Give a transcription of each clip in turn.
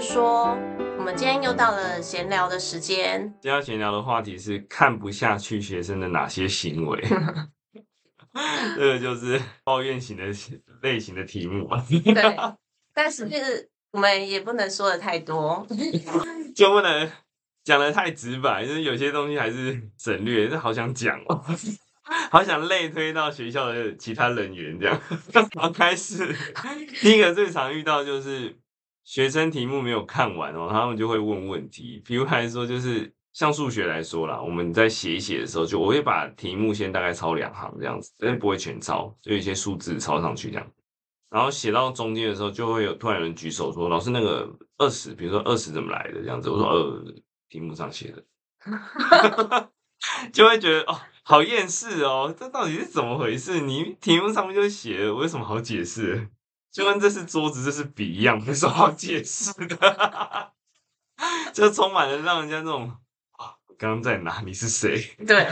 说，我们今天又到了闲聊的时 间。今天要闲聊的话题是看不下去学生的哪些行为，这个就是抱怨型的类型的题目啊，对，但是我们也不能说的太多。 就不能讲的太直白，就是有些东西还是省略，就好想讲哦， 好想类推到学校的其他人员这样。 好，开始，第一个最常遇到就是学生题目没有看完哦，他们就会问问题，比如来说就是。像数学来说啦，我们在写一写的时候，就我会把题目先大概抄两行这样子，但是不会全抄，就有一些数字抄上去这样。然后写到中间的时候，就会有突然有人举手说：“老师，那个二十，比如说二十怎么来的？”这样子，我说：“呃，题目上写的。” 就会觉得哦，好厌世哦，这到底是怎么回事？你题目上面就写了，我有什么好解释的？就跟这是桌子，这是笔一样，有什么好解释的？ 就充满了让人家那种啊，我刚刚在哪？你是谁？ 对，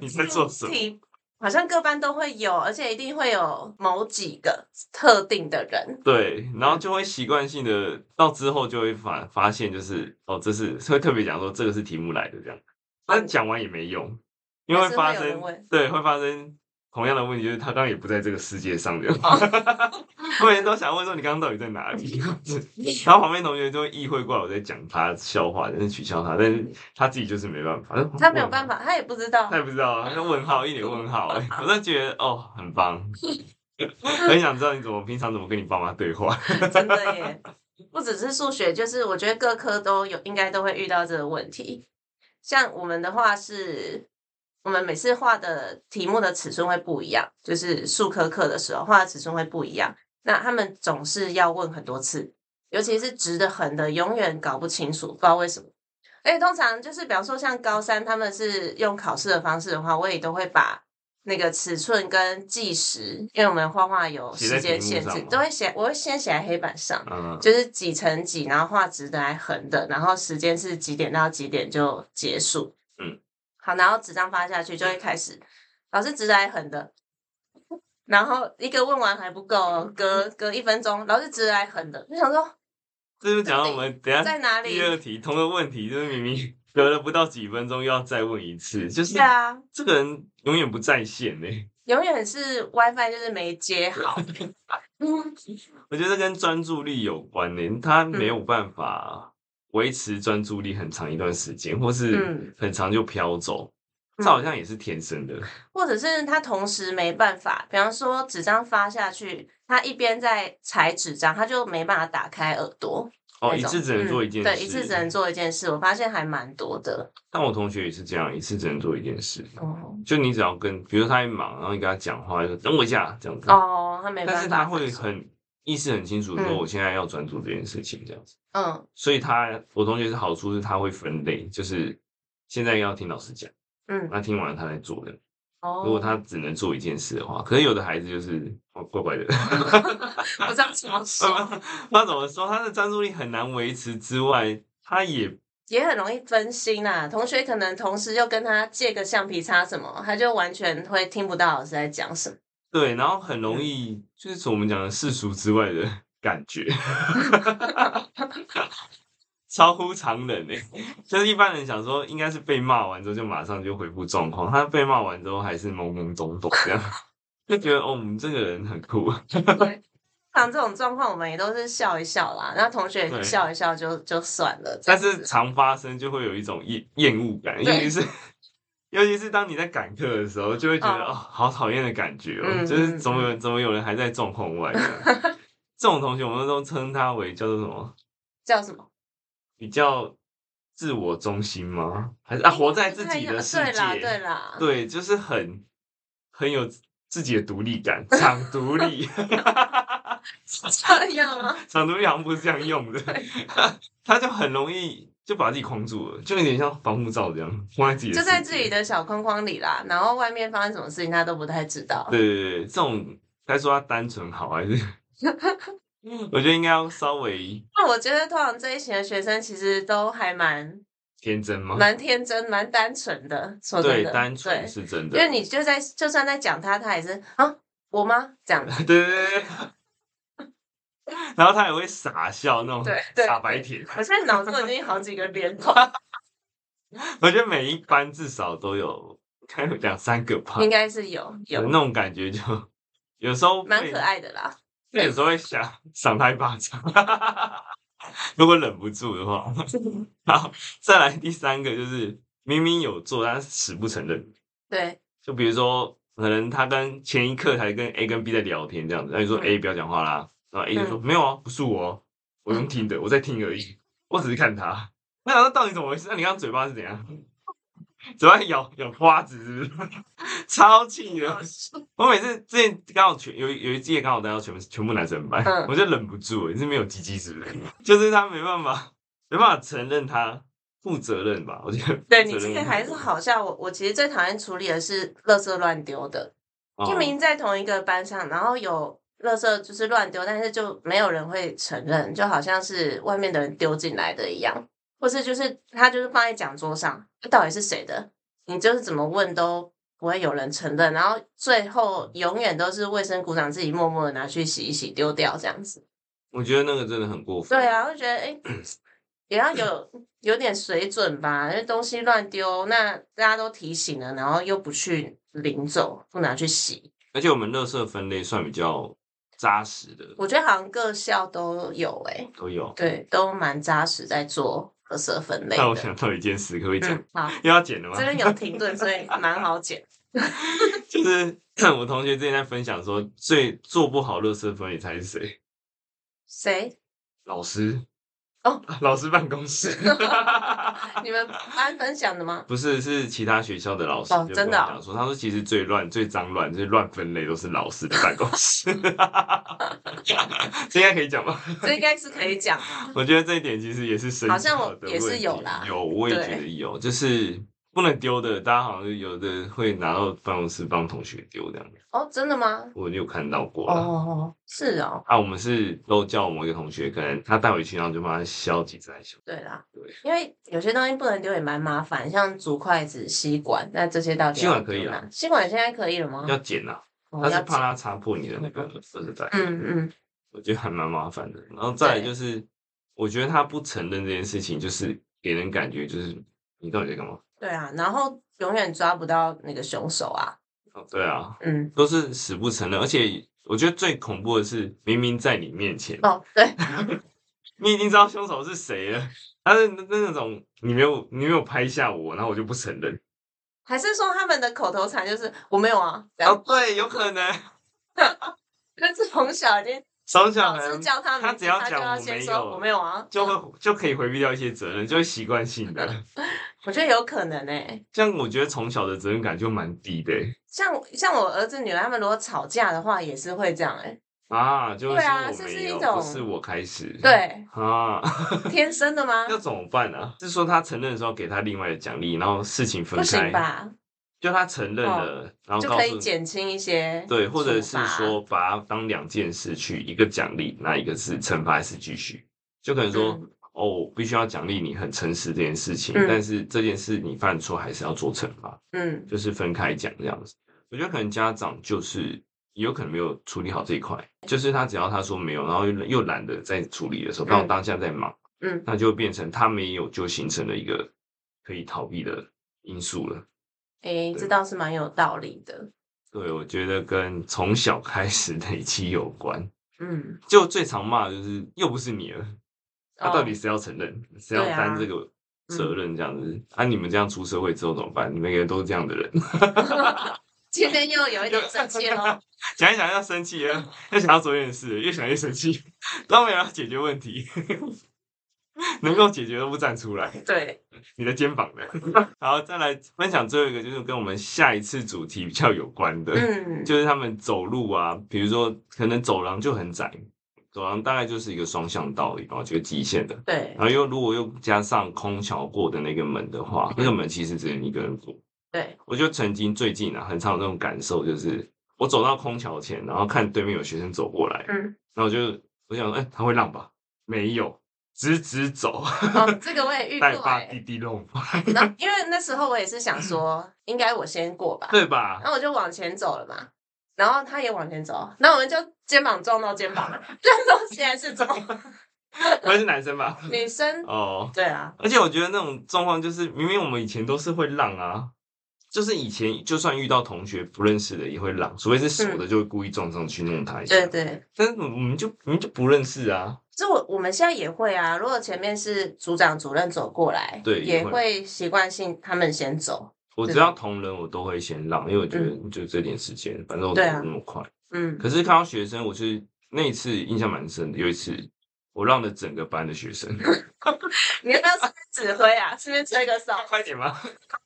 你在做什么？题好像各班都会有，而且一定会有某几个特定的人。对，然后就会习惯性的到之后就会发发现，就是哦，这是会特别讲说这个是题目来的这样，但讲完也没用，因为还会是发会有人生问对会发生同样的问题，就是他刚刚也不在这个世界上这样，哦每人都想问说你刚刚到底在哪里，然后旁边同学就会意会过来我在讲他笑话，就是取笑他，但是他自己就是没办法，他没有办法。法，他也不知道他。也不知道啊，那问号一脸问号、欸，我就觉得哦，很棒， 很想知道你怎么平常怎么跟你爸妈对话。 真的耶，不只是数学，就是我觉得各科都有，应该都会遇到这个问题。像我们的话是，我们每次画的题目的尺寸会不一样，就是数科课的时候画的尺寸会不一样。那他们总是要问很多次，尤其是直的、横的，永远搞不清楚，不知道为什么。而且通常就是，比方说像高三，他们是用考试的方式的话，我也都会把那个尺寸跟计时，因为我们画画有写在时间题目限上制吗，都会写，我会先写在黑板上，嗯，就是几乘几，然后画直的还横的，然后时间是几点到几点就结束。嗯，好，然后纸张发下去就会开始，老师直的还横的，然后一个问完还不够哦，隔隔一分钟，老师直的还横的，就想说这就讲到我们等一在下哪里啊第？二题，同个问题就是明明隔了不到几分钟又要再问一次，就是对啊，这个人永远不在线 呢、永远是 WiFi 就是没接好。嗯我觉得这跟专注力有关呢、他没有办法维持专注力很长一段时间，或嗯是很长就飘走。这好像也是天生的，或者是他同时没办法，比方说纸张发下去，他一边在裁纸张，他就没办法打开耳朵。哦，那一种次只能做一件嗯事，对，一次只能做一件事。我发现还蛮多的。但我同学也是这样，一次只能做一件事。哦，就你只要跟，比如说他一忙，然后你跟他讲话，就说等我一下这样子。哦，他没办法。但是他会很意识很清楚，说嗯我现在要专注这件事情这样子。嗯所以他我同学是好处是他会分类，就是现在要听老师讲，嗯那听完了他再做的。哦，如果他只能做一件事的话，可是有的孩子就是哦怪怪的， 不知道怎么嗯说，他怎么说？他的专注力很难维持之外，他也也很容易分心啦。同学可能同时又跟他借个橡皮擦什么，他就完全会听不到老师在讲什么。 对，然后很嗯容易就是我们讲的世俗之外的感觉， 超乎常人呢、欸就是一般人想说，应该是被骂完之后就马上就恢复状况，他被骂完之后还是懵懵懂懂这样，就觉得哦，我们这个人很酷。通常这种状况，我们也都是笑一笑啦，然后同学也对笑一笑就就算了。这但样是子常发生就会有一种厌厌恶感，尤其是尤其是当你在赶课的时候，就会觉得哦哦，好讨厌的感觉哦，嗯就是怎么有怎么有人还在状况外这样。 这种同学，我们都称他为叫做什么？叫什么？比较自我中心吗？还是啊，活在自己的世界？对啦，对啦，对就是很很有自己的独立感，长 独立，这样吗？长独立好像不是这样用的， 他就很容易就把自己框住了，就有点像防护罩这样，框在自己的就世界在自己。的小框框里啦，然后外面发生什么事情他都不太知道。对对对，这种该说他单纯好还 是？我觉得应该要稍微那我觉得通常这一群的学生其实都还蛮天真吗？蛮天真、蛮单纯的，说真嗯对，的，单纯对是真的。因为你就在 就算在讲他，他也是啊我吗这样子，对对对对，然后他也会傻笑那种对对傻白甜。我现在脑中已经好几个连 头，我觉得每一班至少都有该有两三个吧，应该是有嗯有有那种感觉就，有时候蛮被可爱的啦。那有时候会想赏他一巴掌， 如果忍不住的话。好，再来第三个就是明明有做，但是死不承认。对，就比如说，可能他跟前一刻才跟 A 跟 B 在聊天这样子，他就说嗯 A 不要讲话啦，然后 A 就说、没有啊，不是我哦，嗯我用听的，我在听而已，我只是看他。那想说到底怎么回事？那你刚刚嘴巴是怎样？ 嘴巴咬咬花子是不是？ 超气的！我每次之前刚好全有有一届刚好待到全部全部男生班，嗯我就忍不住了，你是没有鸡鸡是不是？ 就是他没办法，没办法承认他负责任吧？我觉得对负你责任这个还是好笑。我我其实最讨厌处理的是垃圾乱丢的，哦就明明在同一个班上，然后有垃圾就是乱丢，但是就没有人会承认，就好像是外面的人丢进来的一样，或是就是他就是放在讲桌上，这到底是谁的？你就是怎么问都不会有人承认，然后最后永远都是卫生股长自己默默的拿去洗一洗丢掉这样子。我觉得那个真的很过分。对啊，我就觉得哎、诶也要有有点水准吧，那东西乱丢，那大家都提醒了，然后又不去领走，不拿去洗，而且我们垃圾分类算比较扎实的，我觉得好像各校都有哎、诶都有。对，都蛮扎实在做垃圾分类那我的。想到一件事，可不可以讲？嗯， 好，又要剪了吗这？边有停顿，所以蛮好剪。就是 我同学之前在分享说，最做不好垃圾分类才是谁？谁？老师啊哦，老师办公室， 你们班分享的吗？不是是其他学校的老师哦就真跟我的哦讲说，他说其实最乱、最脏乱、最乱分类都是老师的办公 室， 这应该可以讲吧？这应该是可以讲吧。 我觉得这一点其实也是深好像刻我的也是问题有啦有我也对觉得有，就是不能丢的，大家好像有的会拿到办公室帮同学丢这样，哦，真的吗？我有看到过哦啦。哦，哦是哦，啊，我们是都叫我们一个同学，可能他带回去，然后就帮他消几再消。对啦对，因为有些东西不能丢也蛮麻烦，像竹筷子、吸管，那这些到底吸要管可以丢啊哪？吸管现在可以了吗？要剪啊，哦他是要怕他插破你的那个垃圾袋，嗯嗯，我觉得还蛮麻烦的。然后再来对就是，我觉得他不承认这件事情，就是给人感觉就是你到底在干嘛？对啊，然后永远抓不到那个凶手啊，哦，对啊，嗯，都是死不承认，而且我觉得最恐怖的是，明明在你面前，哦，对，你已经知道凶手是谁了，但是那那种你没有你没有拍下我，然后我就不承认。还是说他们的口头禅就是我没有啊，这哦 样，，对，有可能，可是从小已经从小老可师能叫他他名只字，要他就讲要我先没说有我没有啊，就会就可以回避掉一些责任，就会习惯性的。我觉得有可能诶、这样我觉得从小的责任感就蛮低的、欸像像我儿子女儿他们如果吵架的话，也是会这样诶、欸啊，就会对啊说我这是没有，一种不是我开始。对，啊， 天生的吗？要怎么办啊？是说他承认的时候给他另外的奖励，然后事情分不行开，吧？哦就他承认了，然后就告可诉以你减轻一些对，或者处是罚说把它当两件事去，一个奖励，那一个是惩罚还是继续？就可能说，嗯哦，我必须要奖励你很诚实这件事情，嗯但是这件事你犯错还是要做惩罚，嗯，就是分开讲这样子。我觉得可能家长就是也有可能没有处理好这一块，就是他只要他说没有，然后又又懒得再处理的时候，刚好嗯当下在忙，嗯那就变成他没有就形成了一个可以逃避的因素了。诶、对这倒是蛮有道理的。对，我觉得跟从小开始累积有关。 嗯，就最常骂的就是又不是你了，那、哦到底谁要承认，谁要对啊嗯担这个责任这样子？啊，你们这样出社会之后怎么办？你们每个人都是这样的人，今天又有一点生气 咯。想一想要生气了，又想到昨天的事，越想越生气，都没有要解决问题，能够解决都不站出来，对，你的肩膀呢？ 好，再来分享最后一个，就是跟我们下一次主题比较有关的。嗯，就是他们走路啊，比如说可能走廊就很窄，走廊大概就是一个双向道，然后就极限的。对 然后又如果又加上空桥过的那个门的话，那个门其实只能一个人过。对，我就曾经最近啊，很常有那种感受，就是我走到空桥前，然后看对面有学生走过来，嗯，然后我就我想说，哎、他会让吧？没有，直直走，哦，这个我也遇过、带发欸滴。滴弄， 那因为那时候我也是想说，应该我先过吧，对吧然？后我就往前走了嘛，然后他也往前走，那我们就肩膀 撞到肩膀，这种显然是怎么不会是男生吧？女生？哦，对啊，而且我觉得那种状况就是，明明我们以前都是会让啊，就是以前就算遇到同学不认识的也会让，除非是熟的就会故意撞上去弄他一下。嗯对对。但是我们就我们就不认识啊，这我我们现在也会啊，如果前面是组长主任走过来，对也也会会习惯性他们先走，我只要同人我都会先让，因为我觉得就这点时间，反正我嗯走对不啊那么快。嗯，可是看到学生，我是那一次印象蛮深的，有一次我让了整个班的学生，你要不要顺便指挥啊？顺便吹个哨，快点吧，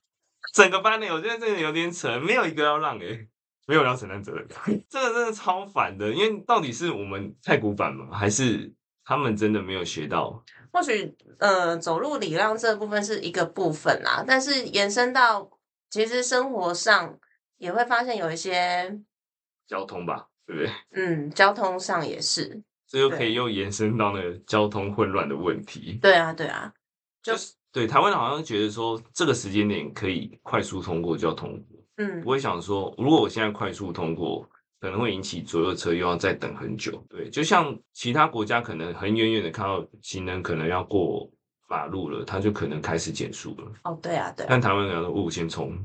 整个班的，我觉得这个有点扯，没有一个要让诶、没有人要承担责任， 这个真的超烦的，因为到底是我们太古板吗？还是他们真的没有学到？或许呃走路礼让这部分是一个部分啦，但是延伸到其实生活上也会发现有一些交通吧，对不对？嗯交通上也是，这就可以又延伸到那个交通混乱的问题，对啊对啊，就就是对台湾人好像觉得说这个时间点可以快速通过就要通过，嗯我会想说，如果我现在快速通过，可能会引起左右车又要再等很久。对，就像其他国家可能很远远的看到行人可能要过马路了，他就可能开始减速了。哦对啊对啊但台湾人说，哦我先冲。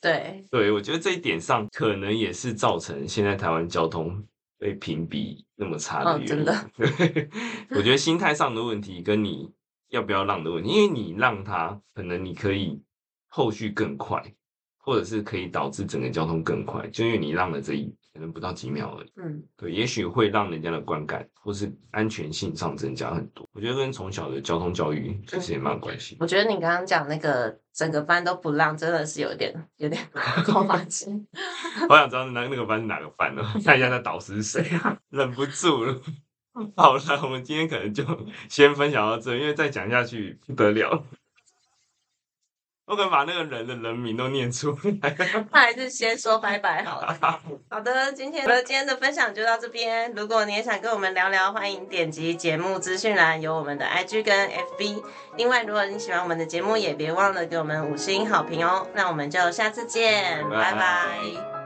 对，对，我觉得这一点上，可能也是造成现在台湾交通被屏蔽那么差的嗯原因。真的对， 我觉得心态上的问题跟你要不要让的问题，因为你让它，可能你可以后续更快，或者是可以导致整个交通更快，就因为你让了这一可能不到几秒而已。嗯对，也许会让人家的观感或是安全性上增加很多。我觉得跟从小的交通教育其实也蛮有关系。我觉得你刚刚讲那个整个班都不让，真的是有点有点头发青。我想知道那那个班是哪个班呢？ 看一下那导师是谁，啊忍不住了。 好了，我们今天可能就先分享到这，因为再讲下去不得了了。我可能把那个人的人名都念出来。那还是先说拜拜好 了。好的，今天的今天的分享就到这边。如果你也想跟我们聊聊，欢迎点击节目资讯栏有我们的 IG 跟 FB。另外，如果你喜欢我们的节目，也别忘了给我们五星好评哦。那我们就下次见，拜拜拜